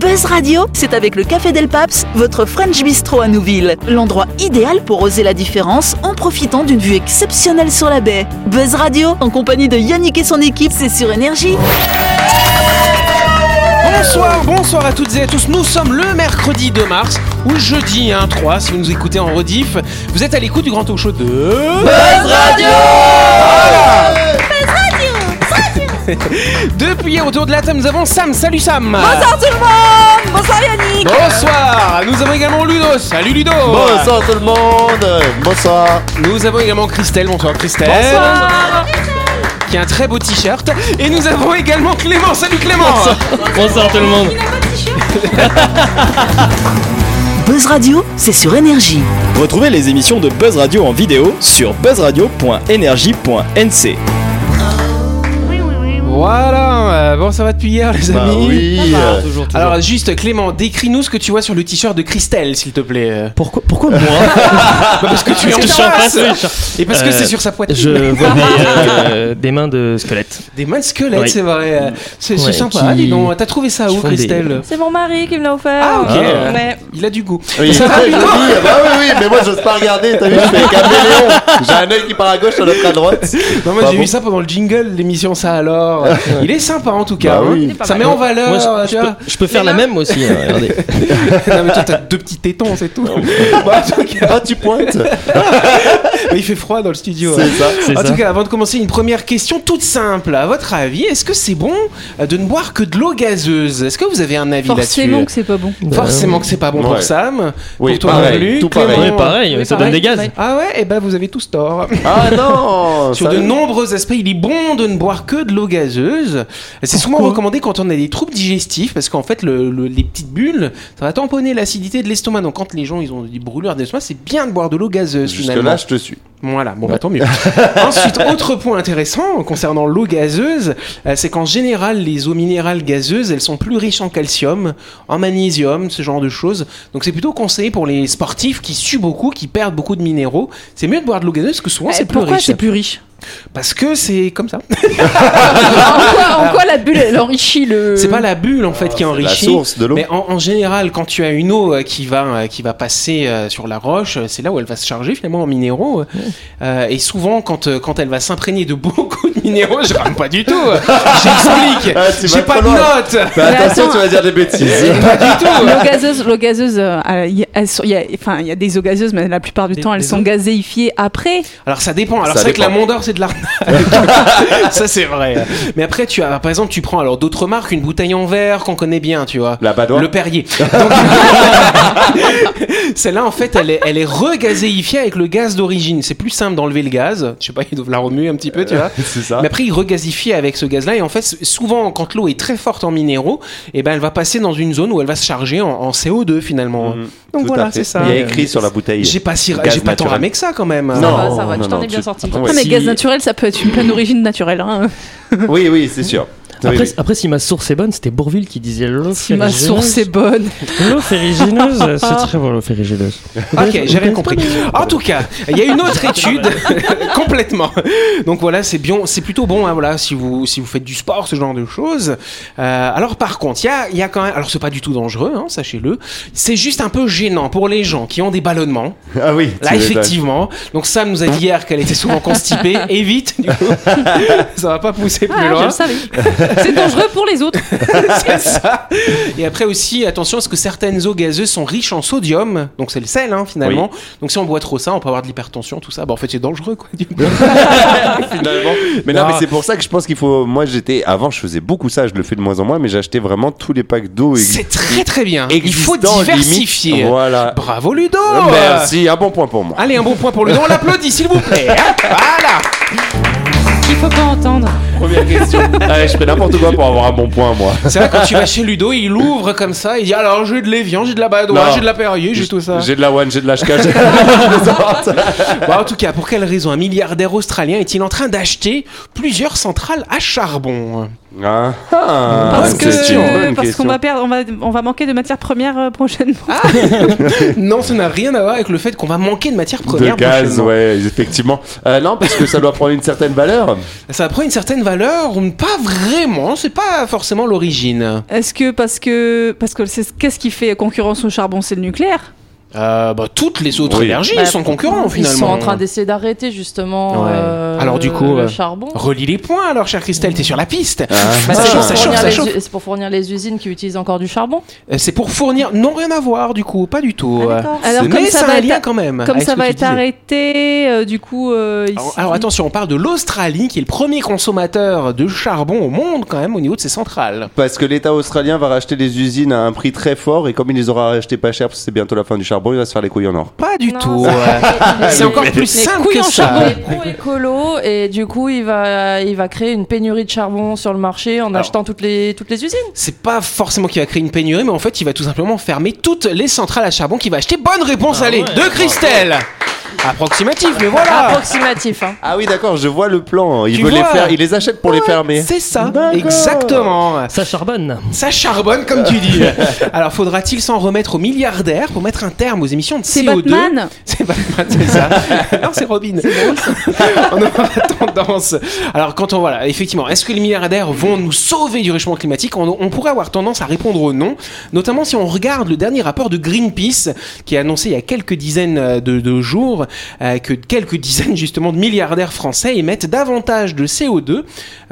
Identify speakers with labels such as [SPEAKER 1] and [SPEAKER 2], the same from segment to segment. [SPEAKER 1] Buzz Radio, c'est avec le Café Del Paps, votre French Bistro à Nouville. L'endroit idéal pour oser la différence en profitant d'une vue exceptionnelle sur la baie. Buzz Radio, en compagnie de Yannick et son équipe, c'est sur Énergie.
[SPEAKER 2] Bonsoir, bonsoir à toutes et à tous. Nous sommes le mercredi 2 mars, ou le jeudi hein, 3, si vous nous écoutez en rediff. Vous êtes à l'écoute du grand talk show de... Buzz Radio Depuis hier autour de la table, nous avons Sam. Salut Sam
[SPEAKER 3] Bonsoir tout le monde Bonsoir Yannick
[SPEAKER 2] Bonsoir Nous avons également Ludo. Salut Ludo
[SPEAKER 4] Bonsoir tout le monde Bonsoir
[SPEAKER 2] Nous avons également Christelle. Bonsoir Christelle
[SPEAKER 3] Bonsoir.
[SPEAKER 2] Qui a un très beau t-shirt. Et nous avons également Clément. Salut Clément
[SPEAKER 5] Bonsoir tout le monde.
[SPEAKER 1] Buzz Radio, c'est sur Énergie.
[SPEAKER 6] Retrouvez les émissions de Buzz Radio en vidéo sur buzzradio.energie.nc.
[SPEAKER 2] Voilà, euh, bon ça va depuis hier les
[SPEAKER 4] Bah
[SPEAKER 2] amis.
[SPEAKER 4] oui euh,
[SPEAKER 5] Toujours, toujours.
[SPEAKER 2] Alors juste Clément, décris-nous ce que tu vois sur le t-shirt de Christelle s'il te plaît.
[SPEAKER 5] pourquoi, pourquoi moi
[SPEAKER 2] Bah, parce que tu es en
[SPEAKER 5] que je suis en
[SPEAKER 2] face.
[SPEAKER 5] face, oui, je suis
[SPEAKER 2] Et parce que
[SPEAKER 5] Euh,
[SPEAKER 2] c'est sur sa
[SPEAKER 5] en-
[SPEAKER 2] poitrine.
[SPEAKER 5] Je vois des, euh, des mains de squelette.
[SPEAKER 2] Des mains de squelette,
[SPEAKER 5] Oui.
[SPEAKER 2] c'est vrai. Euh, C'est c'est
[SPEAKER 5] Ouais,
[SPEAKER 2] sympa,
[SPEAKER 5] qui-
[SPEAKER 2] Ah, dis donc. T'as trouvé ça
[SPEAKER 5] qui
[SPEAKER 2] où
[SPEAKER 5] font des-
[SPEAKER 2] Christelle
[SPEAKER 3] C'est mon mari qui me l'a offert.
[SPEAKER 2] Ah ok,
[SPEAKER 4] Ah.
[SPEAKER 3] Ouais.
[SPEAKER 2] il a du goût.
[SPEAKER 4] oui,
[SPEAKER 2] Ça va,
[SPEAKER 4] très
[SPEAKER 2] Ludo
[SPEAKER 4] joli. Ah bah oui, oui, mais moi j'ose pas regarder, t'as vu, je fais caméléon J'ai un œil qui part à gauche, l'autre à droite.
[SPEAKER 2] Non, moi
[SPEAKER 4] Bah
[SPEAKER 2] j'ai
[SPEAKER 4] bon.
[SPEAKER 2] vu ça pendant le jingle, l'émission ça alors. Il est sympa en tout cas.
[SPEAKER 4] Bah
[SPEAKER 2] hein.
[SPEAKER 4] oui.
[SPEAKER 3] C'est pas
[SPEAKER 2] Ça
[SPEAKER 3] mal.
[SPEAKER 2] met en valeur.
[SPEAKER 5] Moi, je,
[SPEAKER 2] tu
[SPEAKER 5] je
[SPEAKER 2] vois.
[SPEAKER 5] peux, je peux faire la même moi aussi. hein, regardez.
[SPEAKER 2] non mais toi t'as deux petits tétons c'est tout. Bah, en tout cas,
[SPEAKER 4] Ah, tu pointes
[SPEAKER 2] il fait froid dans le studio. hein.
[SPEAKER 4] C'est ça.
[SPEAKER 5] C'est
[SPEAKER 2] En
[SPEAKER 5] ça.
[SPEAKER 2] tout cas, avant de commencer, une première question toute simple. À votre avis, est-ce que c'est bon euh, de ne boire que de l'eau gazeuse Est-ce que vous avez un avis là-dessus
[SPEAKER 3] Forcément que c'est pas bon.
[SPEAKER 2] Forcément que c'est pas bon pour
[SPEAKER 4] Bah Ouais.
[SPEAKER 2] Sam.
[SPEAKER 4] Oui,
[SPEAKER 2] pour toi,
[SPEAKER 4] pareil,
[SPEAKER 2] Jean-Luc,
[SPEAKER 4] tout pareil.
[SPEAKER 2] Clément.
[SPEAKER 5] Ouais, pareil,
[SPEAKER 3] Oui,
[SPEAKER 5] ça
[SPEAKER 3] pareil,
[SPEAKER 5] donne des gaz.
[SPEAKER 3] pareil.
[SPEAKER 2] Ah ouais, eh ben vous avez tous tort.
[SPEAKER 4] Ah non
[SPEAKER 2] Sur
[SPEAKER 4] ça-
[SPEAKER 2] de nombreux aspects, il est bon de ne boire que de l'eau gazeuse. C'est souvent recommandé quand on a des troubles digestifs, parce qu'en fait, le- le- les petites bulles, ça va tamponner l'acidité de l'estomac. Donc, quand les gens ils ont des brûlures d'estomac, c'est bien de boire de l'eau gazeuse finalement.
[SPEAKER 4] Jusque-là, je te suis.
[SPEAKER 2] Voilà, bon bah tant mieux. Ensuite, autre point intéressant concernant l'eau gazeuse, euh, c'est qu'en général, les eaux minérales gazeuses, elles sont plus riches en calcium, en magnésium, ce genre de choses. Donc c'est plutôt conseillé pour les sportifs qui suent beaucoup, qui perdent beaucoup de minéraux. C'est mieux de boire de l'eau gazeuse parce que souvent
[SPEAKER 3] Eh,
[SPEAKER 2] c'est plus
[SPEAKER 3] Pourquoi
[SPEAKER 2] riche.
[SPEAKER 3] c'est Euh, plus riche
[SPEAKER 2] Parce que c'est comme ça.
[SPEAKER 3] Ah, bah, en, quoi, en quoi la bulle elle enrichit le.
[SPEAKER 2] C'est pas la bulle en fait qui
[SPEAKER 4] La
[SPEAKER 2] enrichit.
[SPEAKER 4] source de l'eau.
[SPEAKER 2] Mais en, en général, quand tu as une eau euh, qui va, euh, qui va passer euh, sur la roche, euh, c'est là où elle va se charger finalement en minéraux. euh. Euh, et souvent, quand, euh, quand elle va s'imprégner de beaucoup de minéraux, je rame pas du tout. euh. J'explique.
[SPEAKER 4] Ah, tu
[SPEAKER 2] J'ai
[SPEAKER 4] vas
[SPEAKER 2] pas
[SPEAKER 4] trop
[SPEAKER 2] de
[SPEAKER 4] loin.
[SPEAKER 2] notes.
[SPEAKER 4] Fais
[SPEAKER 3] Mais
[SPEAKER 4] attention,
[SPEAKER 3] attends.
[SPEAKER 4] tu vas dire des bêtises.
[SPEAKER 2] Pas du tout.
[SPEAKER 3] L'eau gazeuse, l'eau gazeuse, euh, euh, y a- elles sont- y a- enfin, il y a des eaux gazeuses, mais la plupart du
[SPEAKER 5] Des-
[SPEAKER 3] temps, elles
[SPEAKER 5] des
[SPEAKER 3] sont
[SPEAKER 5] eaux.
[SPEAKER 3] gazéifiées après.
[SPEAKER 2] Alors ça dépend. Alors
[SPEAKER 4] Ça
[SPEAKER 2] c'est vrai que la
[SPEAKER 4] dépend.
[SPEAKER 2] Mondor c'est de l'arnaque. ça c'est vrai. Mais après tu as, par exemple, tu prends alors d'autres marques, une bouteille en verre qu'on connaît bien, tu vois.
[SPEAKER 4] La badoie.
[SPEAKER 2] Le Perrier. Donc, Celle-là, en fait, elle est, elle est regazéifiée avec le gaz d'origine. C'est plus simple d'enlever le gaz. Je sais pas, ils doivent la remuer un petit peu, tu vois.
[SPEAKER 4] C'est ça.
[SPEAKER 2] Mais après, ils regazifient avec ce gaz-là. Et en fait, souvent, quand l'eau est très forte en minéraux, eh ben, elle va passer dans une zone où elle va se charger en, en CO2 finalement.
[SPEAKER 4] Mhm.
[SPEAKER 2] Donc
[SPEAKER 4] Tout à
[SPEAKER 2] voilà,
[SPEAKER 4] fait.
[SPEAKER 2] c'est ça.
[SPEAKER 4] Il y a écrit sur la bouteille.
[SPEAKER 2] J'ai pas, si,
[SPEAKER 4] Gaz
[SPEAKER 2] j'ai pas tant
[SPEAKER 4] naturel.
[SPEAKER 2] ramé que ça quand même.
[SPEAKER 4] Non,
[SPEAKER 7] ça va, ça va,
[SPEAKER 4] non,
[SPEAKER 7] tu t'en
[SPEAKER 4] non,
[SPEAKER 7] es bien
[SPEAKER 4] tu-
[SPEAKER 7] sorti.
[SPEAKER 4] Attends,
[SPEAKER 3] Ah, mais
[SPEAKER 5] Si-
[SPEAKER 3] gaz naturel, ça peut être une panne d'origine naturelle. hein.
[SPEAKER 4] Oui, oui, c'est sûr. Oui,
[SPEAKER 5] Après,
[SPEAKER 4] oui.
[SPEAKER 5] après, si ma source est bonne, c'était Bourville qui disait l'eau
[SPEAKER 3] Si ma source est bonne.
[SPEAKER 5] L'eau ferrigineuse, c'est très bon l'eau ferrigineuse.
[SPEAKER 2] Ok, j'ai rien compris. En tout cas, il y a une autre étude complètement. Donc voilà, c'est bien, c'est plutôt bon. hein, voilà, si vous si vous faites du sport, ce genre de choses. Euh, alors par contre, il y a il y a quand même. Alors c'est pas du tout dangereux, hein, sachez-le. C'est juste un peu gênant pour les gens qui ont des ballonnements.
[SPEAKER 4] Ah oui.
[SPEAKER 2] Là,
[SPEAKER 4] tu m'étonnes.
[SPEAKER 2] effectivement. Donc Sam nous a dit hier qu'elle était souvent constipée. Évite. Du coup, ça va pas pousser plus
[SPEAKER 3] Ah, je
[SPEAKER 2] loin.
[SPEAKER 3] le savais. C'est dangereux pour les autres.
[SPEAKER 2] C'est ça. Et après aussi, attention, parce que certaines eaux gazeuses sont riches en sodium, donc c'est le sel hein, finalement. Donc si on boit trop ça, on peut avoir de l'hypertension, tout ça. Bah en fait, c'est dangereux quoi. du coup.
[SPEAKER 4] finalement. Mais non,
[SPEAKER 2] Ah.
[SPEAKER 4] mais c'est pour ça que je pense qu'il faut. Moi, j'étais avant, je faisais beaucoup ça. Je le fais de moins en moins, mais j'achetais vraiment tous les packs d'eau. ex-
[SPEAKER 2] C'est très très bien. Il faut
[SPEAKER 4] existants, limite.
[SPEAKER 2] diversifier.
[SPEAKER 4] Voilà. Euh,
[SPEAKER 2] Bravo Ludo.
[SPEAKER 4] Oh. Merci, un bon point pour moi.
[SPEAKER 2] Allez, un bon point pour Ludo. On l'applaudit s'il vous plaît. hein. Voilà.
[SPEAKER 3] Il faut pas entendre.
[SPEAKER 4] Première question. Allez, je fais n'importe quoi pour avoir un bon point, moi.
[SPEAKER 2] C'est vrai quand tu vas chez Ludo, il ouvre comme ça, il dit alors j'ai de l'évian, j'ai de la badoie,
[SPEAKER 4] Non.
[SPEAKER 2] j'ai de la Perrier, j'ai tout ça.
[SPEAKER 4] J'ai de la one, j'ai de l'HK. j'ai-
[SPEAKER 2] Bon, en tout cas, pour quelle raison un milliardaire australien est-il en train d'acheter plusieurs centrales à charbon
[SPEAKER 4] Ah, ah,
[SPEAKER 3] Parce
[SPEAKER 4] bonne
[SPEAKER 3] que-
[SPEAKER 4] question, bonne
[SPEAKER 3] parce qu'on
[SPEAKER 4] question.
[SPEAKER 3] va perdre, on va, on va manquer de matières premières euh, prochainement.
[SPEAKER 2] Non, ça n'a rien à voir avec le fait qu'on va manquer de matières
[SPEAKER 4] De
[SPEAKER 2] premières.
[SPEAKER 4] gaz,
[SPEAKER 2] prochainement.
[SPEAKER 4] ouais, effectivement. Euh, non, parce que ça doit prendre une certaine valeur.
[SPEAKER 2] Ça prend une certaine valeur ou pas vraiment C'est pas forcément l'origine.
[SPEAKER 3] Est-ce que parce que parce que c'est qu'est-ce qui fait concurrence au charbon, c'est le nucléaire
[SPEAKER 2] Euh, bah, toutes les autres
[SPEAKER 4] Oui.
[SPEAKER 2] énergies
[SPEAKER 7] Bah,
[SPEAKER 2] sont concurrents finalement.
[SPEAKER 7] Ils sont en train d'essayer d'arrêter justement
[SPEAKER 2] Ouais.
[SPEAKER 7] euh,
[SPEAKER 2] Alors, du coup,
[SPEAKER 7] le
[SPEAKER 2] euh,
[SPEAKER 7] charbon.
[SPEAKER 2] Relis les points alors, chère Christelle, t'es sur la piste.
[SPEAKER 7] Bah,
[SPEAKER 2] ça
[SPEAKER 7] c'est
[SPEAKER 2] chauffe,
[SPEAKER 7] pour
[SPEAKER 2] ça
[SPEAKER 7] fournir
[SPEAKER 2] chauffe, ça
[SPEAKER 7] les
[SPEAKER 2] chauffe.
[SPEAKER 7] u- c'est pour fournir les usines qui utilisent encore du charbon.
[SPEAKER 2] Euh, C'est pour fournir. Non, rien à voir du coup, pas du tout.
[SPEAKER 7] Ah,
[SPEAKER 2] Euh,
[SPEAKER 7] d'accord.
[SPEAKER 3] Alors
[SPEAKER 2] Mais
[SPEAKER 3] comme ça
[SPEAKER 2] ça
[SPEAKER 3] va
[SPEAKER 2] a un lien
[SPEAKER 3] être
[SPEAKER 2] quand même.
[SPEAKER 3] comme
[SPEAKER 2] avec ce
[SPEAKER 3] ça
[SPEAKER 2] que
[SPEAKER 3] va
[SPEAKER 2] tu
[SPEAKER 3] être
[SPEAKER 2] disais.
[SPEAKER 3] arrêté, euh, du coup. euh, ils-
[SPEAKER 2] Alors, alors, attention, on parle de l'Australie qui est le premier consommateur de charbon au monde quand même au niveau de ses centrales.
[SPEAKER 4] Parce que l'État australien va racheter les usines à un prix très fort et comme il les aura rachetées pas cher parce que c'est bientôt la fin du charbon, il va se faire les couilles en or.
[SPEAKER 2] Pas du
[SPEAKER 7] Non,
[SPEAKER 2] tout.
[SPEAKER 7] c'est-
[SPEAKER 2] euh, C'est
[SPEAKER 7] les-
[SPEAKER 2] encore plus
[SPEAKER 7] les
[SPEAKER 2] simple
[SPEAKER 7] couilles
[SPEAKER 2] que
[SPEAKER 7] en
[SPEAKER 2] ça.
[SPEAKER 7] charbon. Il est pro-écolo et du coup il
[SPEAKER 2] Ah.
[SPEAKER 7] va, il va créer une pénurie de charbon sur le marché en
[SPEAKER 2] Alors.
[SPEAKER 7] achetant toutes les, toutes les usines.
[SPEAKER 2] C'est pas forcément qu'il va créer une pénurie, mais en fait, il va tout simplement fermer toutes les centrales à charbon qu'il va acheter. Bonne réponse, allez, de Christelle. Approximatif, mais voilà.
[SPEAKER 7] Approximatif. Hein.
[SPEAKER 4] Ah oui, d'accord, je vois le plan. Il
[SPEAKER 2] Tu
[SPEAKER 4] veut les
[SPEAKER 2] vois
[SPEAKER 4] faire, il les achète pour les fermer.
[SPEAKER 2] C'est ça,
[SPEAKER 4] D'accord.
[SPEAKER 2] exactement.
[SPEAKER 5] Ça charbonne.
[SPEAKER 2] Ça charbonne comme tu dis. Alors faudra-t-il s'en remettre aux milliardaires pour mettre un terme aux émissions de
[SPEAKER 3] C'est
[SPEAKER 2] CO2
[SPEAKER 3] Batman
[SPEAKER 2] C'est Batman, c'est ça. non, c'est Robin. on aura tendance. Alors quand on voilà, effectivement, est-ce que les milliardaires vont nous sauver du réchauffement climatique on, on pourrait avoir tendance à répondre au non, notamment si on regarde le dernier rapport de Greenpeace qui a annoncé il y a quelques dizaines de, de jours euh, que quelques dizaines justement de milliardaires français émettent davantage de CO2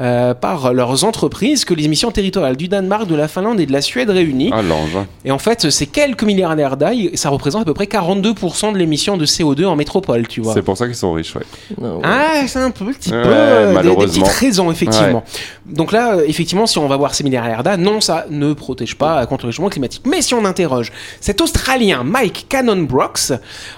[SPEAKER 2] euh, par leurs entreprises que les émissions territoriales du Danemark, de la Finlande et de la Suède réunies.
[SPEAKER 4] Ah l'ange.
[SPEAKER 2] Et en fait, ces quelques milliardaires d'ail, ça représente à peu près 42% de l'émission de CO2 en métropole, tu vois.
[SPEAKER 4] C'est pour ça qu'ils sont riches, ouais.
[SPEAKER 2] Ah, c'est un peu, petit
[SPEAKER 4] Ouais,
[SPEAKER 2] peu euh, des- des,
[SPEAKER 4] malheureusement.
[SPEAKER 2] petites raisons, effectivement. Donc là, euh, effectivement, si on va voir ces milliardaires là, non, ça ne protège pas euh, contre le changement climatique. Mais si on interroge cet Australien Mike Cannon Brooks,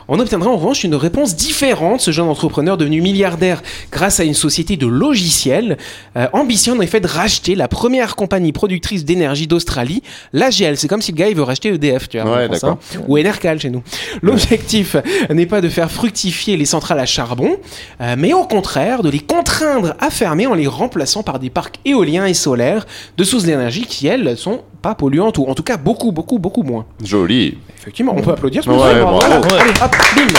[SPEAKER 2] on obtiendra en revanche une réponse différente. Ce jeune entrepreneur devenu milliardaire grâce à une société de logiciels euh, ambitionne en effet de racheter la première compagnie productrice d'énergie d'Australie, l'AGL. C'est comme si le gars il veut racheter EDF, tu vois.
[SPEAKER 4] Ouais,
[SPEAKER 2] en France,
[SPEAKER 4] d'accord.
[SPEAKER 2] hein, Ou Enercal chez nous. L'objectif n'est pas de faire fructifier les centrales à charbon, euh, mais au contraire de les contraindre à fermer en les remplaçant par des parcs éoliens et solaires de sources d'énergie qui, elles, sont pas polluantes ou en tout cas beaucoup, beaucoup, beaucoup moins.
[SPEAKER 4] Joli.
[SPEAKER 2] Effectivement, on peut applaudir ce
[SPEAKER 4] Ouais,
[SPEAKER 2] monsieur, bravo.
[SPEAKER 4] bravo.
[SPEAKER 2] Voilà. Allez, hop, bim.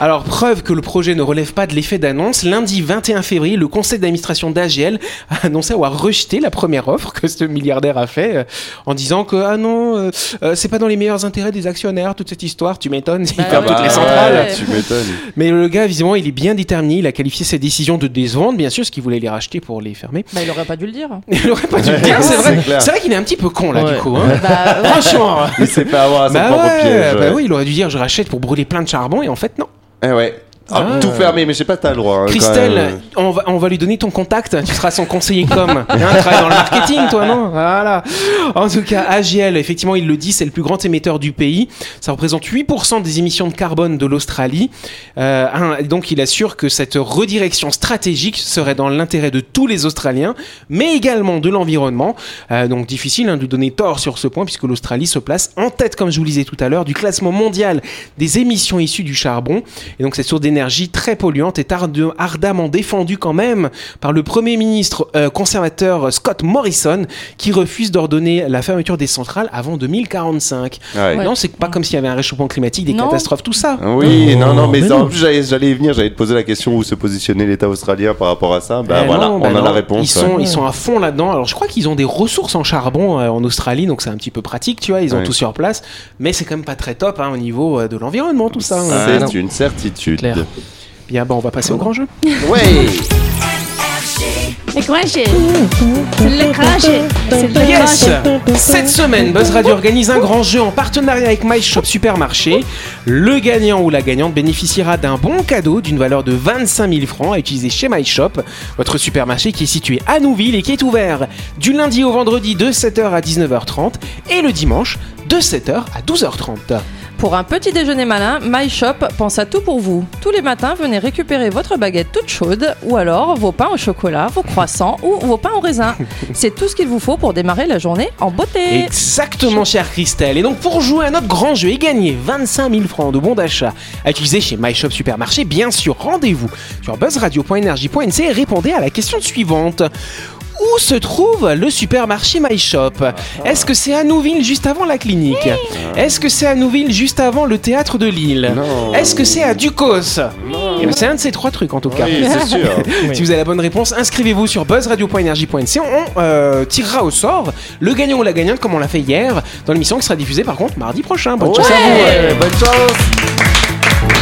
[SPEAKER 2] alors, preuve que le projet ne relève pas de l'effet d'annonce, lundi 21 février, le conseil d'administration d'AGL a annoncé avoir rejeté la première offre que ce milliardaire a fait euh, en disant que, ah non, euh, euh, c'est pas dans les meilleurs intérêts des actionnaires, toute cette histoire, tu m'étonnes, il
[SPEAKER 7] Bah
[SPEAKER 2] ferme
[SPEAKER 7] ouais.
[SPEAKER 2] toutes les
[SPEAKER 7] ouais.
[SPEAKER 2] centrales.
[SPEAKER 4] Ah Tu m'étonnes.
[SPEAKER 2] Mais le gars, visiblement, il est bien déterminé. Il a qualifié ses décisions de décevantes, bien sûr, parce qu'il voulait les racheter pour les fermer.
[SPEAKER 7] Bah, il aurait pas dû le dire.
[SPEAKER 2] Il aurait pas dû le dire, c'est vrai.
[SPEAKER 4] C'est clair.
[SPEAKER 2] C'est vrai qu'il est un petit peu con, là,
[SPEAKER 5] Ouais.
[SPEAKER 2] du coup. hein.
[SPEAKER 7] Bah, ouais.
[SPEAKER 2] Franchement.
[SPEAKER 4] Il s'est fait avoir à son
[SPEAKER 2] Bah,
[SPEAKER 4] Ah, propre
[SPEAKER 2] ouais,
[SPEAKER 4] piège.
[SPEAKER 2] bah
[SPEAKER 4] ouais.
[SPEAKER 2] oui, il aurait dû dire je rachète pour brûler plein de charbon et en fait non.
[SPEAKER 4] Eh ouais. Ah,
[SPEAKER 2] Ah.
[SPEAKER 4] Tout fermé, mais je sais pas, t'as le droit. hein, quand
[SPEAKER 2] Christelle,
[SPEAKER 4] même.
[SPEAKER 2] on va, on va lui donner ton contact, tu seras son conseiller com. Hein, tu travailles dans le marketing toi non Voilà. En tout cas, AGL, effectivement, il le dit, c'est le plus grand émetteur du pays. Ça représente 8% des émissions de carbone de l'Australie. Euh, un- donc il assure que cette redirection stratégique serait dans l'intérêt de tous les Australiens, mais également de l'environnement. Euh, donc difficile hein, de donner tort sur ce point puisque l'Australie se place en tête, comme je vous le disais tout à l'heure, du classement mondial des émissions issues du charbon. Et donc cette source d'énergie très polluante est ardu- ardemment défendue quand même par le Premier ministre euh, conservateur Scott Morrison qui refuse d'ordonner la fermeture des centrales avant 2045.
[SPEAKER 4] Ouais.
[SPEAKER 2] Eh
[SPEAKER 4] Ah
[SPEAKER 2] Non, c'est pas comme s'il y avait un réchauffement climatique, des
[SPEAKER 7] Non.
[SPEAKER 2] catastrophes, tout ça.
[SPEAKER 4] Oui,
[SPEAKER 5] Oh,
[SPEAKER 4] non, non, mais,
[SPEAKER 5] mais
[SPEAKER 4] ça, en
[SPEAKER 5] non.
[SPEAKER 4] plus j'allais, j'allais y venir, j'allais te poser la question où se positionnait l'État australien par rapport à ça. Bah
[SPEAKER 2] Eh
[SPEAKER 4] voilà,
[SPEAKER 2] non,
[SPEAKER 4] on
[SPEAKER 2] bah
[SPEAKER 4] a
[SPEAKER 2] non.
[SPEAKER 4] la réponse.
[SPEAKER 2] Ils sont,
[SPEAKER 4] ouais.
[SPEAKER 2] ils sont à fond là-dedans. Alors je crois qu'ils ont des ressources en charbon euh, en Australie, donc c'est un petit peu pratique, tu vois. Ils ont
[SPEAKER 4] Ouais.
[SPEAKER 2] tout sur place, mais c'est quand même pas très top hein, au niveau euh, de l'environnement, tout ça. hein.
[SPEAKER 4] C'est
[SPEAKER 5] non.
[SPEAKER 4] une certitude.
[SPEAKER 5] Clair.
[SPEAKER 2] Bien, bah, on va passer au grand jeu.
[SPEAKER 4] Ouais.
[SPEAKER 8] Le craché. Le craché. C'est le
[SPEAKER 2] Yes
[SPEAKER 8] craché.
[SPEAKER 2] Cette semaine, Buzz Radio organise un grand jeu en partenariat avec My Shop Supermarché. Le gagnant ou la gagnante bénéficiera d'un bon cadeau d'une valeur de 25 000 francs à utiliser chez My Shop, votre supermarché qui est situé à Nouville et qui est ouvert du lundi au vendredi de 7h à 19h30 et le dimanche de 7h à 12h30.
[SPEAKER 7] Pour un petit déjeuner malin, My Shop pense à tout pour vous. Tous les matins, venez récupérer votre baguette toute chaude ou alors vos pains au chocolat, vos croissants ou vos pains au raisin. C'est tout ce qu'il vous faut pour démarrer la journée en beauté.
[SPEAKER 2] Exactement, chère Christelle. Et donc, pour jouer à notre grand jeu et gagner 25 000 francs de bons d'achat à utiliser chez My Shop Supermarché, bien sûr, rendez-vous sur buzzradio.energie.nc et répondez à la question suivante. Où se trouve le supermarché My Shop Est-ce que c'est à Nouville juste avant la clinique Est-ce que c'est à Nouville juste avant le théâtre de Lille
[SPEAKER 4] Non.
[SPEAKER 2] Est-ce que c'est à Ducos Eh ben, C'est un de ces trois trucs en tout cas.
[SPEAKER 4] Oui, c'est sûr.
[SPEAKER 5] Oui.
[SPEAKER 2] Si vous avez la bonne réponse, inscrivez-vous sur buzzradio.energie.nc. On euh, tirera au sort le gagnant ou la gagnante, comme on l'a fait hier, dans l'émission qui sera diffusée par contre mardi prochain. Bonne chance à vous.
[SPEAKER 4] Ouais, bonne chance.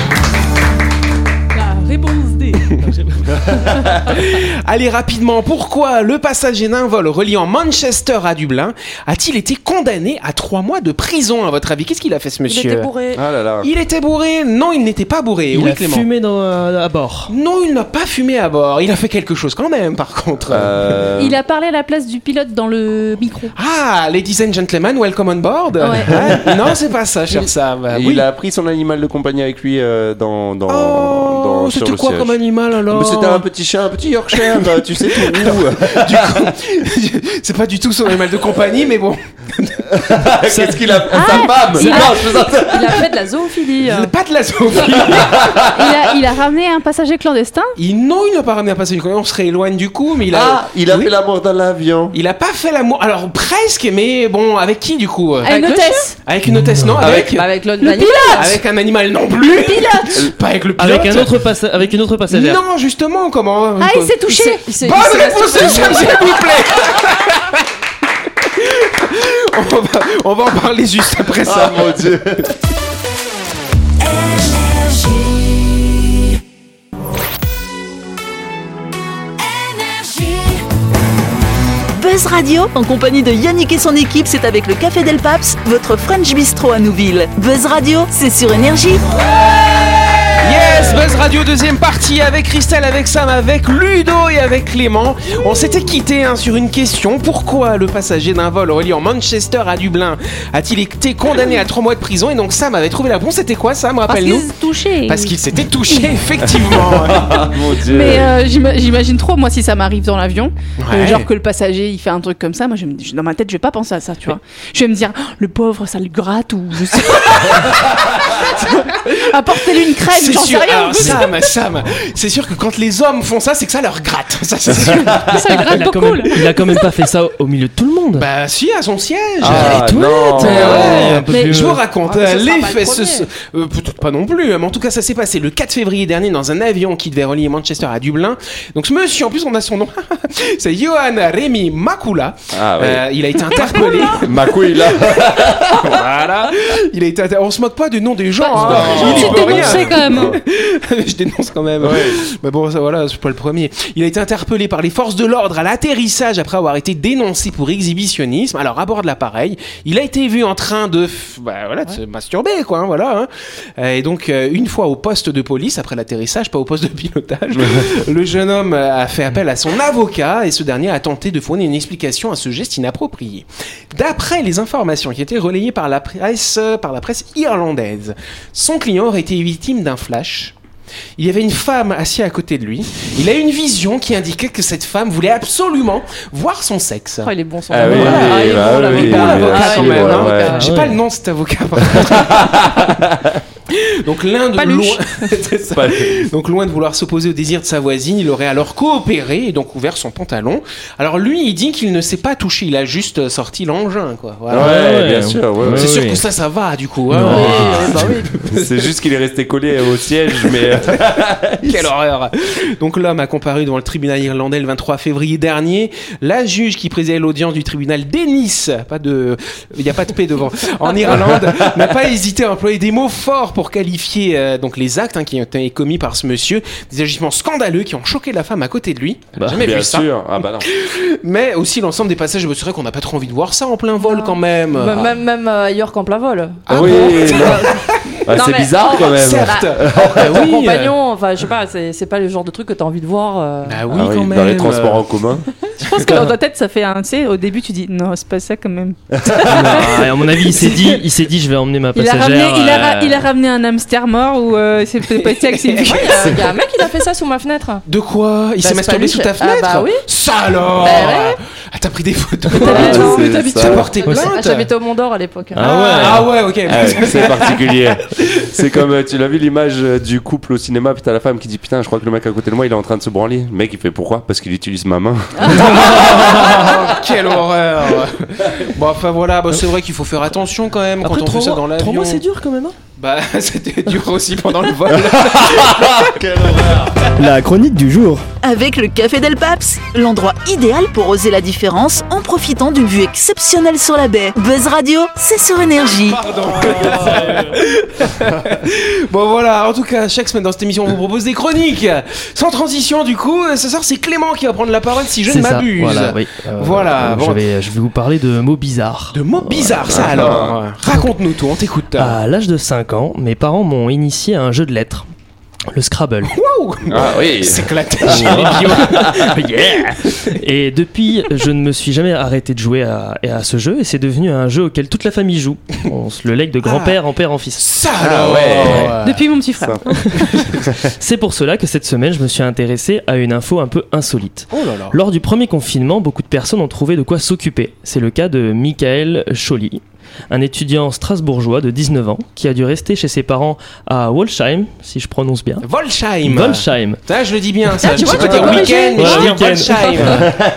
[SPEAKER 3] La réponse D.
[SPEAKER 2] Allez rapidement, pourquoi le passager d'un vol reliant Manchester à Dublin a-t-il été condamné à trois mois de prison à votre avis Qu'est-ce qu'il a fait ce
[SPEAKER 7] Il
[SPEAKER 2] monsieur
[SPEAKER 7] était bourré.
[SPEAKER 4] Ah là là.
[SPEAKER 2] Il était bourré Non, il n'était pas bourré.
[SPEAKER 5] Il
[SPEAKER 2] oui,
[SPEAKER 5] a
[SPEAKER 2] Clément.
[SPEAKER 5] fumé dans, euh, à bord.
[SPEAKER 2] Non, il n'a pas fumé à bord. Il a fait quelque chose quand même, par contre.
[SPEAKER 4] Euh,
[SPEAKER 8] Il a parlé à la place du pilote dans le micro.
[SPEAKER 2] Ah, ladies and gentlemen, welcome on board.
[SPEAKER 8] Ouais.
[SPEAKER 2] Ah, non, c'est pas ça, cher Sam.
[SPEAKER 4] il
[SPEAKER 2] Oui.
[SPEAKER 4] a pris son animal de compagnie avec lui euh, dans, dans,
[SPEAKER 2] Oh,
[SPEAKER 4] dans sur
[SPEAKER 2] c'était
[SPEAKER 4] le
[SPEAKER 2] quoi
[SPEAKER 4] siège.
[SPEAKER 2] comme animal alors
[SPEAKER 4] Ah, Mais C'était un petit chien, un petit Yorkshire, bah, tu sais tout roux.
[SPEAKER 2] C'est pas du tout son animal de compagnie, mais bon.
[SPEAKER 4] Qu'est-ce qu'il a Sa femme
[SPEAKER 8] il a-
[SPEAKER 4] Non, je plaisante.
[SPEAKER 7] Ah, Il a fait de la zoophilie. hein.
[SPEAKER 2] Pas de la zoophilie.
[SPEAKER 8] Il a, il a ramené un passager clandestin.
[SPEAKER 2] Il, non, il n'a pas ramené à passer une On serait éloigné du coup, mais il a.
[SPEAKER 4] Ah, il a
[SPEAKER 2] Oui.
[SPEAKER 4] fait l'amour dans l'avion.
[SPEAKER 2] Il a pas fait l'amour. Alors presque, mais bon, avec qui du coup euh?
[SPEAKER 8] À une
[SPEAKER 7] Avec le
[SPEAKER 8] hôtesse.
[SPEAKER 2] Avec une hôtesse, non Avec
[SPEAKER 7] Bah, avec l'autre
[SPEAKER 8] Le
[SPEAKER 7] animal.
[SPEAKER 2] avec un animal non plus. Pilote. Pas avec le pilote.
[SPEAKER 5] Avec un autre passa- avec une autre passagère.
[SPEAKER 2] Non, justement, comment
[SPEAKER 8] Ah, il
[SPEAKER 2] comment-
[SPEAKER 8] s'est touché.
[SPEAKER 7] Il s'est-
[SPEAKER 2] Bonne
[SPEAKER 7] il s'est
[SPEAKER 2] réponse,
[SPEAKER 7] masturbé.
[SPEAKER 2] Sam, s'il vous plaît on, va, on va en parler juste après
[SPEAKER 4] Ah
[SPEAKER 2] ça.
[SPEAKER 4] mon dieu.
[SPEAKER 1] Buzz Radio, en compagnie de Yannick et son équipe, c'est avec le Café Del Paps, votre French Bistro à Nouville. Buzz Radio, c'est sur Énergie.
[SPEAKER 2] Yes, Buzz Radio, deuxième partie avec Christelle, avec Sam, avec Ludo et avec Clément. On s'était quitté hein, sur une question. Pourquoi le passager d'un vol reliant Manchester à Dublin a-t-il été condamné à trois mois de prison Et donc Sam avait trouvé la réponse. C'était quoi, Sam
[SPEAKER 8] Parce qu'il
[SPEAKER 2] Rappelle-nous.
[SPEAKER 8] s'est touché.
[SPEAKER 2] Parce qu'il s'était touché, effectivement.
[SPEAKER 4] Ah mon dieu.
[SPEAKER 3] Mais euh, j'ima- j'imagine trop, moi, si ça m'arrive dans l'avion, euh,
[SPEAKER 2] Ouais.
[SPEAKER 3] genre que le passager il fait un truc comme ça, moi, je me- je- dans ma tête, je vais pas penser à ça, tu vois. Je vais me dire, Oh, le pauvre, ça le gratte ou je sais pas. Apportez-lui une crème,
[SPEAKER 2] C'est
[SPEAKER 3] j'en sais
[SPEAKER 2] sûr,
[SPEAKER 3] rien.
[SPEAKER 2] alors, Sam, Sam, c'est sûr que quand les hommes font ça, c'est que ça leur gratte. Ça, c'est sûr.
[SPEAKER 3] Ça le gratte
[SPEAKER 5] Il a, quand
[SPEAKER 3] beaucoup.
[SPEAKER 5] même,
[SPEAKER 3] là.
[SPEAKER 5] il a quand même pas fait ça au milieu de tout le monde.
[SPEAKER 2] Bah si, à son siège.
[SPEAKER 4] Ah,
[SPEAKER 2] Elle est
[SPEAKER 4] non.
[SPEAKER 2] mais ouais.
[SPEAKER 5] un peu
[SPEAKER 2] Mais
[SPEAKER 5] plus,
[SPEAKER 2] je
[SPEAKER 5] euh,
[SPEAKER 2] vous raconte,
[SPEAKER 7] Ah, mais
[SPEAKER 2] euh,
[SPEAKER 7] ce sera
[SPEAKER 2] les
[SPEAKER 7] pas le
[SPEAKER 2] faits se-
[SPEAKER 7] premier.
[SPEAKER 2] se- euh, peut-être pas non plus, mais en tout cas ça s'est passé le 4 février dernier dans un avion qui devait relier Manchester à Dublin. Donc ce monsieur, en plus on a son nom, c'est Johan Remy Makula.
[SPEAKER 4] Ah ouais.
[SPEAKER 2] Euh, il a été interpellé.
[SPEAKER 4] Makou il a.
[SPEAKER 2] voilà. Il a été inter- On se moque pas du nom des gens.
[SPEAKER 7] Bah,
[SPEAKER 2] hein.
[SPEAKER 4] non.
[SPEAKER 2] Il y
[SPEAKER 4] Tu
[SPEAKER 2] peut rien.
[SPEAKER 8] dénonçais quand
[SPEAKER 2] hein.
[SPEAKER 8] même.
[SPEAKER 2] je dénonce quand même.
[SPEAKER 4] Ouais.
[SPEAKER 2] Mais bon, ça voilà, c'est pas le premier. Il a été interpellé par les forces de l'ordre à l'atterrissage après avoir été dénoncé pour exhibitionnisme. Alors à bord de l'appareil, il a été vu en train de, f- bah, voilà, de se masturber quoi, hein, voilà. hein. Euh, Et donc euh, une fois au poste de police après l'atterrissage, pas au poste de pilotage, le jeune homme euh, a fait appel à son avocat et ce dernier a tenté de fournir une explication à ce geste inapproprié. D'après les informations qui étaient relayées par la presse, par la presse irlandaise, son client aurait été victime d'un flash. Il y avait une femme assise à côté de lui. Il a eu une vision qui indiquait que cette femme voulait absolument voir son sexe.
[SPEAKER 7] Oh, il est bon son
[SPEAKER 4] Ah oui,
[SPEAKER 7] avocat. Ah, il est
[SPEAKER 4] bah
[SPEAKER 7] bon,
[SPEAKER 4] oui,
[SPEAKER 7] l'avocat.
[SPEAKER 2] Bon avocat,
[SPEAKER 4] Ah,
[SPEAKER 2] quand
[SPEAKER 4] oui,
[SPEAKER 2] même,
[SPEAKER 4] ouais,
[SPEAKER 2] hein.
[SPEAKER 4] ouais.
[SPEAKER 2] J'ai
[SPEAKER 5] Ah
[SPEAKER 2] pas
[SPEAKER 5] ouais.
[SPEAKER 2] le nom de cet avocat. par contre. Donc l'un de loin,
[SPEAKER 7] Paluche.
[SPEAKER 2] C'est ça. donc loin de vouloir s'opposer au désir de sa voisine, il aurait alors coopéré et donc ouvert son pantalon. Alors lui, il dit qu'il ne s'est pas touché, il a juste sorti l'engin, quoi.
[SPEAKER 4] Ouais,
[SPEAKER 2] Voilà.
[SPEAKER 5] ouais.
[SPEAKER 4] bien sûr. ouais, ouais. Ah,
[SPEAKER 2] C'est
[SPEAKER 5] oui,
[SPEAKER 2] sûr
[SPEAKER 5] oui.
[SPEAKER 2] que ça, ça va du coup. hein.
[SPEAKER 5] Non.
[SPEAKER 2] Ouais, bah oui.
[SPEAKER 4] C'est juste qu'il est resté collé au siège, mais. euh,
[SPEAKER 2] Quelle horreur Donc l'homme a comparu devant le tribunal irlandais le 23 février dernier. La juge qui présidait l'audience du tribunal d'Ennis, pas de, il n'y a pas de paix devant, en Irlande, n'a pas hésité à employer des mots forts pour qualifier euh, donc les actes hein, qui ont été commis par ce monsieur, des agissements scandaleux qui ont choqué la femme à côté de lui.
[SPEAKER 5] Bah,
[SPEAKER 2] Jamais
[SPEAKER 4] bien
[SPEAKER 2] vu ça.
[SPEAKER 4] sûr. Ah bah non.
[SPEAKER 2] Mais aussi l'ensemble des passages. C'est vrai qu'on n'a pas trop envie de voir ça en plein vol quand même.
[SPEAKER 7] Même- Même, même euh, ailleurs qu'en plein vol.
[SPEAKER 2] Ah
[SPEAKER 4] oui,
[SPEAKER 2] bon
[SPEAKER 4] non. Ouais,
[SPEAKER 7] Non,
[SPEAKER 4] c'est
[SPEAKER 7] mais-
[SPEAKER 4] bizarre quand même.
[SPEAKER 2] Certes. Bah
[SPEAKER 7] Ton
[SPEAKER 2] oui.
[SPEAKER 3] euh.
[SPEAKER 7] compagnon, enfin, je sais pas, c'est c'est pas le genre de truc que t'as envie de voir. euh.
[SPEAKER 2] Bah oui,
[SPEAKER 4] Ah oui,
[SPEAKER 2] quand même.
[SPEAKER 4] dans les transports en commun.
[SPEAKER 3] Je pense que dans ta tête, ça fait un. Tu sais, au début, tu dis, non, c'est pas ça quand même.
[SPEAKER 5] Ah, à mon avis, il s'est dit, il s'est dit, je vais emmener ma
[SPEAKER 3] Il a,
[SPEAKER 5] passagère.
[SPEAKER 3] ramené, il, a, ra-
[SPEAKER 5] euh,
[SPEAKER 3] il a ramené un hamster mort ou euh, c'est peut-être pas été accidenté.
[SPEAKER 7] Ouais, Il y, a- il y a un mec qui a fait ça sous ma fenêtre.
[SPEAKER 2] De quoi Il
[SPEAKER 7] Bah,
[SPEAKER 2] s'est
[SPEAKER 7] c'est
[SPEAKER 2] masturbé
[SPEAKER 7] pas
[SPEAKER 2] sous
[SPEAKER 7] lui,
[SPEAKER 2] ta
[SPEAKER 7] c'est- ah,
[SPEAKER 2] fenêtre
[SPEAKER 7] bah oui.
[SPEAKER 2] Ça alors
[SPEAKER 7] Bah ouais.
[SPEAKER 2] Ah, t'as pris des photos
[SPEAKER 4] Ah,
[SPEAKER 7] non,
[SPEAKER 4] c'est
[SPEAKER 2] T'as
[SPEAKER 4] ça.
[SPEAKER 2] porté
[SPEAKER 7] Ouais,
[SPEAKER 2] plainte
[SPEAKER 7] Ah, J'habitais au Mont d'Or à l'époque.
[SPEAKER 5] Ah ouais.
[SPEAKER 2] Ah ouais, ok.
[SPEAKER 4] Ah ouais, c'est particulier. C'est comme, euh, tu l'as vu l'image euh, du couple au cinéma, puis t'as la femme qui dit Putain, je crois que le mec à côté de moi il est en train de se branler. Le mec il fait Pourquoi Parce qu'il utilise ma main.
[SPEAKER 2] Ah, Quelle horreur Bon, enfin voilà, bah, c'est vrai qu'il faut faire attention quand même
[SPEAKER 5] Après,
[SPEAKER 2] quand on
[SPEAKER 5] trois
[SPEAKER 2] fait ça
[SPEAKER 5] mois-
[SPEAKER 2] dans
[SPEAKER 5] trois
[SPEAKER 2] l'avion.
[SPEAKER 5] mois, c'est dur quand même. hein
[SPEAKER 2] Bah, c'était dur aussi pendant le vol.
[SPEAKER 6] La chronique du jour.
[SPEAKER 1] Avec le Café Del Paps, l'endroit idéal pour oser la différence en profitant d'une vue exceptionnelle sur la baie. Buzz Radio, c'est sur énergie.
[SPEAKER 2] Bon voilà, en tout cas, chaque semaine dans cette émission, on vous propose des chroniques. Sans transition, du coup, euh, ce soir, c'est Clément qui va prendre la parole si je ne
[SPEAKER 5] C'est ça,
[SPEAKER 2] m'abuse.
[SPEAKER 5] Voilà, oui. Euh,
[SPEAKER 2] Voilà,
[SPEAKER 5] euh,
[SPEAKER 2] bon.
[SPEAKER 5] Je, vais, je vais vous parler de mots bizarres.
[SPEAKER 2] De mots bizarres, ça alors. Raconte-nous tout, on t'écoute.
[SPEAKER 5] À l'âge de 5 ans, mes parents m'ont initié à un jeu de lettres, le Scrabble.
[SPEAKER 2] Oh.
[SPEAKER 4] Ah oui.
[SPEAKER 2] C'est éclaté.
[SPEAKER 5] Ah. Yeah et depuis, je ne me suis jamais arrêté de jouer à, à ce jeu et c'est devenu un jeu auquel toute la famille joue. On se le lègue de grand-père en père en fils.
[SPEAKER 2] Ça
[SPEAKER 4] Ah
[SPEAKER 2] alors.
[SPEAKER 4] ouais.
[SPEAKER 3] Depuis mon petit frère.
[SPEAKER 5] C'est pour cela que cette semaine, je me suis intéressé à une info un peu insolite.
[SPEAKER 2] Oh là là.
[SPEAKER 5] Lors du premier confinement, beaucoup de personnes ont trouvé de quoi s'occuper. C'est le cas de Michael Choly, un étudiant strasbourgeois de 19 ans qui a dû rester chez ses parents à Wolsheim, si je prononce bien.
[SPEAKER 2] Volsheim.
[SPEAKER 5] Wolsheim,
[SPEAKER 2] Ça, je le dis
[SPEAKER 5] Ah,
[SPEAKER 2] bien. Ça,
[SPEAKER 3] tu vois,
[SPEAKER 2] je peux
[SPEAKER 3] tu
[SPEAKER 2] dire
[SPEAKER 3] peux
[SPEAKER 2] week-end, mais
[SPEAKER 5] corriger.
[SPEAKER 2] je dis
[SPEAKER 5] Voilà,
[SPEAKER 2] Volsheim.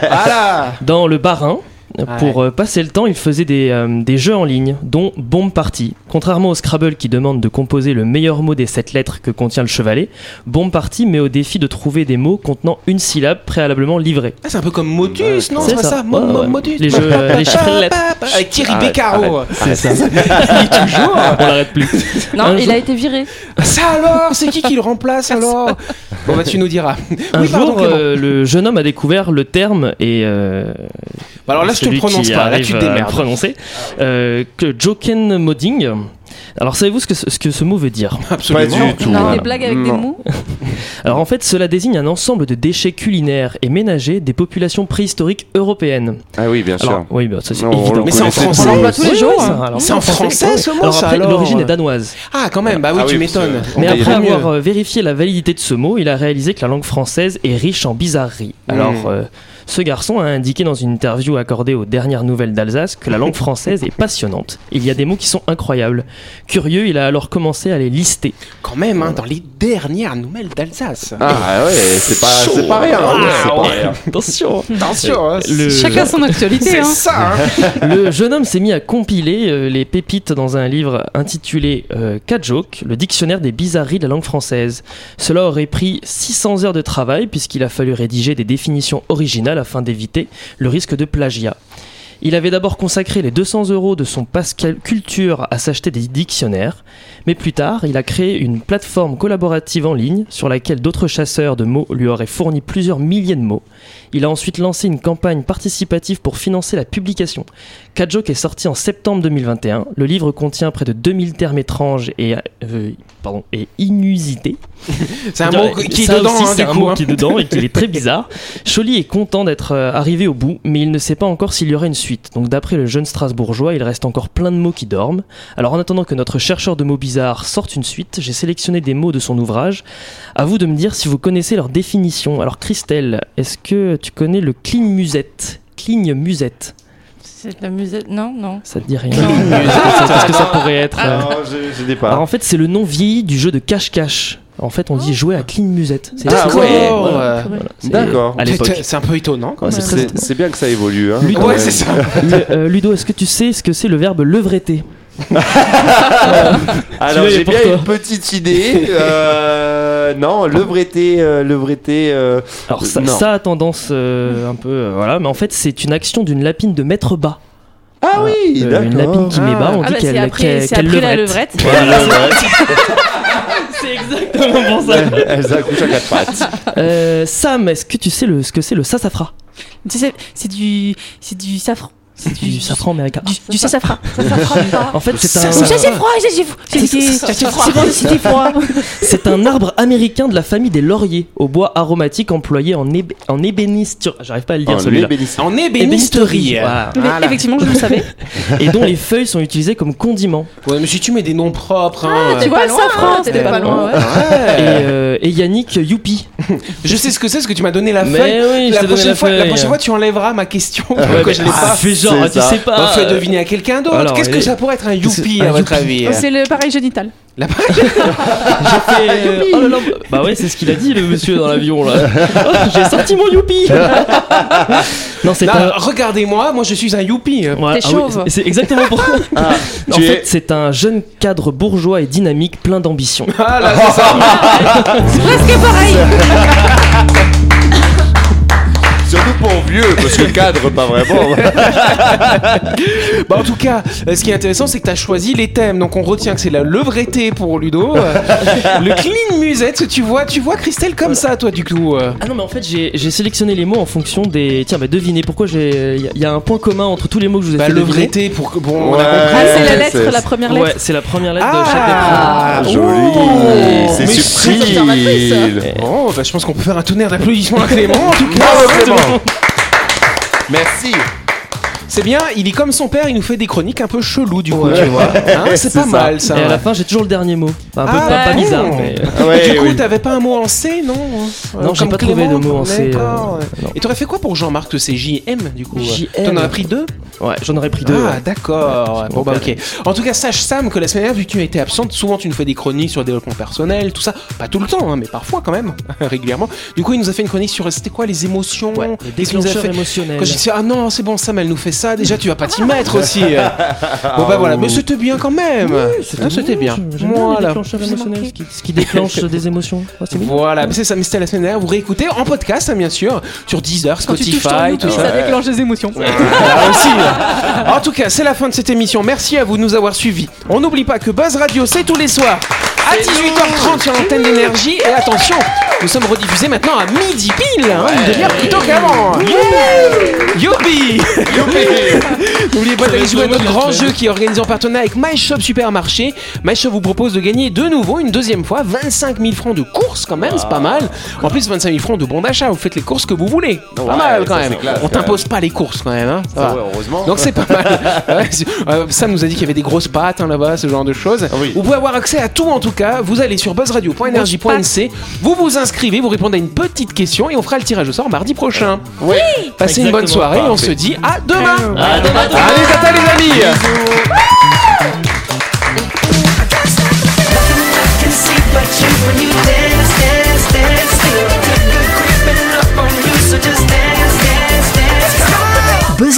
[SPEAKER 2] voilà.
[SPEAKER 5] dans le Bas-Rhin. Pour euh, passer le temps, il faisait des, euh, des jeux en ligne, dont Bombe Party. Contrairement au Scrabble qui demande de composer le meilleur mot des sept lettres que contient le chevalet, Bombe Party met au défi de trouver des mots contenant une syllabe préalablement livrée.
[SPEAKER 2] Ah, c'est un peu comme Motus, non C'est pas ça, Mo-
[SPEAKER 5] Ouais,
[SPEAKER 2] mo-
[SPEAKER 5] ouais.
[SPEAKER 2] Motus.
[SPEAKER 5] Les jeux, euh, les chiffres de lettres. Ah
[SPEAKER 2] Avec Thierry
[SPEAKER 4] Arrête,
[SPEAKER 2] Beccaro.
[SPEAKER 5] C'est ça. toujours. hein. On l'arrête plus.
[SPEAKER 7] Non,
[SPEAKER 5] Un
[SPEAKER 7] il
[SPEAKER 5] jour-
[SPEAKER 7] a été viré.
[SPEAKER 2] Ça alors C'est qui qui le remplace alors Bon, bah, tu nous diras.
[SPEAKER 5] Un
[SPEAKER 2] oui, pardon,
[SPEAKER 5] jour,
[SPEAKER 2] Clément.
[SPEAKER 5] euh, le jeune homme a découvert le terme et euh,
[SPEAKER 2] Bah, alors là, je te le
[SPEAKER 5] celui
[SPEAKER 2] prononce
[SPEAKER 5] qui
[SPEAKER 2] pas. Là,
[SPEAKER 5] arrive euh,
[SPEAKER 2] tu te
[SPEAKER 5] à
[SPEAKER 2] démerdes.
[SPEAKER 5] prononcer, euh, que Joken Modding. Alors, savez-vous ce que, ce que ce mot veut dire
[SPEAKER 4] Pas
[SPEAKER 2] Absolument.
[SPEAKER 4] du tout.
[SPEAKER 7] Non,
[SPEAKER 5] Voilà.
[SPEAKER 7] des blagues avec des
[SPEAKER 4] Non.
[SPEAKER 7] mots.
[SPEAKER 5] Alors en fait, cela désigne un ensemble de déchets culinaires et ménagers des populations préhistoriques européennes.
[SPEAKER 4] Ah oui, bien sûr.
[SPEAKER 5] Alors, oui, bah, ça c'est
[SPEAKER 4] Non, on
[SPEAKER 5] évident.
[SPEAKER 4] le
[SPEAKER 2] Mais c'est en
[SPEAKER 4] connaissait
[SPEAKER 2] français.
[SPEAKER 4] tous.
[SPEAKER 2] On l'emploie
[SPEAKER 7] tous les jours, hein.
[SPEAKER 5] alors,
[SPEAKER 2] C'est en français, ce mot,
[SPEAKER 5] Alors
[SPEAKER 2] ça,
[SPEAKER 5] après,
[SPEAKER 2] alors
[SPEAKER 5] l'origine est danoise.
[SPEAKER 2] Ah, quand même, bah oui,
[SPEAKER 4] Ah
[SPEAKER 2] tu
[SPEAKER 4] oui,
[SPEAKER 2] m'étonnes.
[SPEAKER 4] parce que-
[SPEAKER 2] On
[SPEAKER 5] Mais
[SPEAKER 4] dirait
[SPEAKER 5] après
[SPEAKER 2] comprend mieux.
[SPEAKER 5] avoir euh, vérifié la validité de ce mot, il a réalisé que la langue française est riche en bizarreries. Alors,
[SPEAKER 2] Mm.
[SPEAKER 5] euh, ce garçon a indiqué dans une interview accordée aux dernières nouvelles d'Alsace que la langue française est passionnante. Il y a des mots qui sont incroyables. Curieux, il a alors commencé à les lister.
[SPEAKER 2] Quand même, hein, dans les dernières nouvelles d'Alsace.
[SPEAKER 4] Ah ouais, c'est pas, c'est pas rien. hein,
[SPEAKER 2] Waouh.
[SPEAKER 4] c'est pas rien.
[SPEAKER 5] Attention
[SPEAKER 2] Attention, hein,
[SPEAKER 5] Le-
[SPEAKER 3] Chacun son actualité.
[SPEAKER 2] c'est
[SPEAKER 3] Hein.
[SPEAKER 2] ça. hein.
[SPEAKER 5] Le jeune homme s'est mis à compiler euh, les pépites dans un livre intitulé euh, Kajok, le dictionnaire des bizarreries de la langue française. Cela aurait pris 600 heures de travail puisqu'il a fallu rédiger des définitions originales afin d'éviter le risque de plagiat. Il avait d'abord consacré les 200 euros de son passe cal- culture à s'acheter des dictionnaires, mais plus tard, il a créé une plateforme collaborative en ligne sur laquelle d'autres chasseurs de mots lui auraient fourni plusieurs milliers de mots. Il a ensuite lancé une campagne participative pour financer la publication. Kajok est sorti en septembre 2021. Le livre contient près de 2000 termes étranges et, euh, pardon, et inusités.
[SPEAKER 2] C'est un
[SPEAKER 5] C'est-à-dire,
[SPEAKER 2] mot qui est
[SPEAKER 5] ça
[SPEAKER 2] dedans,
[SPEAKER 5] aussi,
[SPEAKER 2] hein,
[SPEAKER 5] c'est
[SPEAKER 2] du
[SPEAKER 5] un
[SPEAKER 2] coup,
[SPEAKER 5] mot
[SPEAKER 2] hein.
[SPEAKER 5] qui est dedans et qui est très bizarre. Choli est content d'être euh, arrivé au bout, mais il ne sait pas encore s'il y aura une suite. Donc d'après le jeune Strasbourgeois, il reste encore plein de mots qui dorment. Alors en attendant que notre chercheur de mots bizarres sorte une suite, j'ai sélectionné des mots de son ouvrage. À vous de me dire si vous connaissez leur définition. Alors Christelle, est-ce que tu connais le cligne musette Cligne musette,
[SPEAKER 7] C'est de la musette. Non, non.
[SPEAKER 5] ça te dit rien Qu'est-ce que ça pourrait être euh,
[SPEAKER 4] Non, je, je dis pas.
[SPEAKER 5] Alors en fait, c'est le nom vieilli du jeu de cache-cache. En fait, on dit jouer à cligne musette. C'est-
[SPEAKER 4] Ah
[SPEAKER 5] c'est-
[SPEAKER 4] ouais.
[SPEAKER 5] voilà,
[SPEAKER 2] euh,
[SPEAKER 5] voilà, c'est-
[SPEAKER 4] D'accord.
[SPEAKER 5] À l'époque.
[SPEAKER 2] C'est un peu étonnant. Quoi.
[SPEAKER 5] Ouais, c'est très-
[SPEAKER 4] C'est c'est bien que ça évolue. Hein.
[SPEAKER 2] Ouais, c'est ça.
[SPEAKER 5] Le- euh, Ludo, est-ce que tu sais ce que c'est le verbe levreter
[SPEAKER 4] Alors
[SPEAKER 5] Tu l'as
[SPEAKER 4] j'ai
[SPEAKER 5] pour
[SPEAKER 4] bien
[SPEAKER 5] toi.
[SPEAKER 4] une petite idée. Euh, non, le breté, euh, le breté. euh,
[SPEAKER 5] Alors ça,
[SPEAKER 4] non.
[SPEAKER 5] ça a tendance euh, un peu, euh, voilà, mais en fait c'est une action d'une lapine de mettre bas.
[SPEAKER 4] Ah oui,
[SPEAKER 5] Euh, une lapine
[SPEAKER 4] d'accord.
[SPEAKER 5] qui met bas, on
[SPEAKER 7] Ah
[SPEAKER 5] dit
[SPEAKER 7] bah c'est
[SPEAKER 5] qu'elle
[SPEAKER 7] après,
[SPEAKER 5] qu'elle-
[SPEAKER 7] c'est
[SPEAKER 5] qu'elle
[SPEAKER 7] après la
[SPEAKER 5] levrette.
[SPEAKER 7] levrette.
[SPEAKER 5] C'est exactement pour ça.
[SPEAKER 4] Elles elles accouchent à quatre pattes.
[SPEAKER 5] Euh, Sam, est-ce que tu sais le, ce que c'est le sassafras
[SPEAKER 3] Tu sais, c'est du, c'est du safran. C'est
[SPEAKER 5] Du safran américain.
[SPEAKER 3] Du, du safran.
[SPEAKER 5] En fait, c'est un,
[SPEAKER 3] Ou ça c'est froid, ça c'est froid. C'est c'est froid. C'est bon, c'était froid.
[SPEAKER 5] c'est un arbre américain de la famille des lauriers, au bois aromatique employé en, ébé- en ébénisterie. J'arrive pas à le dire
[SPEAKER 4] Oh,
[SPEAKER 5] celui-là.
[SPEAKER 4] l'ébéniste.
[SPEAKER 2] En ébénisterie.
[SPEAKER 5] Voilà.
[SPEAKER 3] Mais
[SPEAKER 2] Voilà.
[SPEAKER 3] Effectivement, je le savais.
[SPEAKER 5] Et dont les feuilles sont utilisées comme condiment.
[SPEAKER 2] Ouais, mais si tu mets des noms propres. hein,
[SPEAKER 7] T'es
[SPEAKER 2] euh,
[SPEAKER 7] pas
[SPEAKER 3] Ah, vois, le
[SPEAKER 7] loin,
[SPEAKER 3] safran,
[SPEAKER 7] hein, t'étais
[SPEAKER 3] c'était
[SPEAKER 7] pas
[SPEAKER 3] pas
[SPEAKER 7] loin. ouais.
[SPEAKER 5] Et, euh, et Yannick, youpi.
[SPEAKER 2] Je sais ce que c'est, parce que tu m'as donné la feuille.
[SPEAKER 5] Mais oui, je
[SPEAKER 2] la,
[SPEAKER 5] t'ai donné
[SPEAKER 2] prochaine
[SPEAKER 5] la
[SPEAKER 2] fois, la
[SPEAKER 5] feuille.
[SPEAKER 2] prochaine fois, tu enlèveras ma question.
[SPEAKER 5] Ouais,
[SPEAKER 2] pourquoi
[SPEAKER 5] mais-
[SPEAKER 2] je l'ai
[SPEAKER 5] ah,
[SPEAKER 2] pas.
[SPEAKER 5] fais genre, ah, tu
[SPEAKER 4] ça.
[SPEAKER 5] sais pas.
[SPEAKER 2] On fait
[SPEAKER 5] euh,
[SPEAKER 2] deviner à quelqu'un d'autre.
[SPEAKER 5] alors,
[SPEAKER 2] Qu'est-ce que
[SPEAKER 5] les-
[SPEAKER 2] ça pourrait être un youpi
[SPEAKER 5] un
[SPEAKER 2] à votre
[SPEAKER 5] youpi. Oh,
[SPEAKER 2] avis hein
[SPEAKER 3] C'est le pareil génital.
[SPEAKER 2] La-
[SPEAKER 5] j'ai
[SPEAKER 2] Ah,
[SPEAKER 5] fait, euh, oh là là, bah ouais, c'est ce qu'il a dit le monsieur dans l'avion là. Oh, j'ai sorti mon youpi. non, c'est
[SPEAKER 2] Non,
[SPEAKER 5] un.
[SPEAKER 2] Regardez-moi, moi je suis un youpi. euh,
[SPEAKER 5] Ouais,
[SPEAKER 7] T'es
[SPEAKER 5] ah oui,
[SPEAKER 7] chauve.
[SPEAKER 5] c'est exactement pourquoi. en
[SPEAKER 4] tu
[SPEAKER 5] fait,
[SPEAKER 4] es-
[SPEAKER 5] c'est un jeune cadre bourgeois et dynamique, plein d'ambition.
[SPEAKER 2] Ah là, c'est ça.
[SPEAKER 7] Presque pareil.
[SPEAKER 4] Surtout pour vieux, parce que cadre, pas vraiment.
[SPEAKER 2] Bah, en tout cas, euh, ce qui est intéressant, c'est que tu as choisi les thèmes. Donc on retient que c'est la levreté pour Ludo. euh, le clean musette, tu vois, tu vois Christelle comme ça, toi, du coup. euh.
[SPEAKER 5] Ah non, mais en fait, j'ai j'ai sélectionné les mots en fonction des. Tiens, bah devinez pourquoi j'ai. Il y, a un point commun entre tous les mots que je vous ai
[SPEAKER 2] Bah,
[SPEAKER 5] fait deviner.
[SPEAKER 2] levreté pour que. Bon, on a
[SPEAKER 4] Ouais.
[SPEAKER 2] compris.
[SPEAKER 3] Ah, c'est la
[SPEAKER 4] c'est-
[SPEAKER 3] lettre, la première
[SPEAKER 5] Ouais,
[SPEAKER 3] lettre.
[SPEAKER 5] c'est la première lettre de chaque des
[SPEAKER 2] Ah,
[SPEAKER 4] Joli,
[SPEAKER 2] oh,
[SPEAKER 4] c'est
[SPEAKER 2] mais
[SPEAKER 4] subtil.
[SPEAKER 2] Bon, bah, je pense qu'on peut faire un tonnerre d'applaudissements à Clément, en tout cas.
[SPEAKER 4] Bravo, Clément. Merci.
[SPEAKER 2] C'est bien, il est comme son père, il nous fait des chroniques un peu cheloues, du coup, tu vois. Hein, c'est pas
[SPEAKER 4] ça.
[SPEAKER 2] mal, ça.
[SPEAKER 5] Et à la fin, j'ai toujours le dernier mot. Enfin, un peu
[SPEAKER 2] Ah,
[SPEAKER 5] pas, pas
[SPEAKER 2] bon.
[SPEAKER 5] bizarre, mais. euh,
[SPEAKER 2] Et
[SPEAKER 4] Ouais,
[SPEAKER 2] du coup,
[SPEAKER 4] oui.
[SPEAKER 2] t'avais pas un mot en C, non Euh,
[SPEAKER 5] Non, j'ai
[SPEAKER 2] comme
[SPEAKER 5] pas trouvé
[SPEAKER 2] Clément,
[SPEAKER 5] de mot en C,
[SPEAKER 2] d'accord.
[SPEAKER 5] euh, non.
[SPEAKER 2] Et t'aurais fait quoi pour Jean-Marc que c'est JM, du coup euh
[SPEAKER 5] JM.
[SPEAKER 2] T'en as pris deux
[SPEAKER 5] Ouais, j'en aurais pris deux.
[SPEAKER 2] Ah, d'accord.
[SPEAKER 5] c'est
[SPEAKER 2] bon,
[SPEAKER 5] mon
[SPEAKER 2] bah, ok.
[SPEAKER 5] père.
[SPEAKER 2] En tout cas, sache, Sam, que la semaine dernière, vu que tu as été absente, souvent tu nous fais des chroniques sur le développement personnel, tout ça. Pas tout le temps, hein, mais parfois quand même, régulièrement. Du coup, il nous a fait une chronique sur euh, c'était quoi les émotions
[SPEAKER 5] Ouais, les
[SPEAKER 2] Il nous a
[SPEAKER 5] déclencheurs
[SPEAKER 2] fait-
[SPEAKER 5] émotionnels.
[SPEAKER 2] Quand j'ai dit, ah non, c'est bon, Sam, elle nous fait ça, déjà tu vas pas t'y mettre aussi. bon, bah voilà, mais c'était bien quand même. Ah, c'était bien. Voilà.
[SPEAKER 5] ce qui, déclenche des émotions.
[SPEAKER 2] Voilà, mais c'est ça, mais c'était la semaine dernière. Vous réécoutez en podcast, hein, bien sûr, sur Deezer,
[SPEAKER 3] Quand tu touches ton
[SPEAKER 2] Spotify, tout
[SPEAKER 3] outil,
[SPEAKER 2] ça.
[SPEAKER 3] ça déclenche des émotions.
[SPEAKER 2] Ah, aussi. En tout cas, c'est la fin de cette émission. Merci à vous de nous avoir suivis. On n'oublie pas que Buzz Radio, c'est tous les soirs à 18h30 sur l'antenne d'énergie. Et attention, nous sommes rediffusés maintenant à midi pile, hein, une demi-heure plus tôt qu'avant. Youpi N'oubliez pas d'aller jouer à notre grand jeu qui est organisé en partenariat avec MyShop Supermarché. MyShop vous propose de gagner de nouveau, une deuxième fois, 25 000 francs de courses quand même, c'est pas mal. En plus, 25 000 francs de bons d'achat, vous faites les courses que vous voulez. Pas
[SPEAKER 4] Ouais,
[SPEAKER 2] mal quand
[SPEAKER 4] ça,
[SPEAKER 2] même.
[SPEAKER 4] c'est classe,
[SPEAKER 2] On
[SPEAKER 4] quand même.
[SPEAKER 2] t'impose pas les courses quand même. Hein. Ça va.
[SPEAKER 4] Ouais, heureusement.
[SPEAKER 2] Donc c'est pas mal. Ouais, c'est- euh, Sam nous a dit qu'il y avait des grosses pattes hein, là-bas, ce genre de choses.
[SPEAKER 4] oui.
[SPEAKER 2] Vous pouvez avoir accès à tout en tout cas. Vous allez sur buzzradio.energie.nc, vous vous inscrivez, vous répondez à une petite question et on fera le tirage au sort mardi prochain.
[SPEAKER 4] Oui.
[SPEAKER 2] Passez une bonne
[SPEAKER 5] Exactement.
[SPEAKER 2] soirée et on
[SPEAKER 4] Parfait.
[SPEAKER 2] se dit à demain. Allez, tata les amis.
[SPEAKER 1] Buzz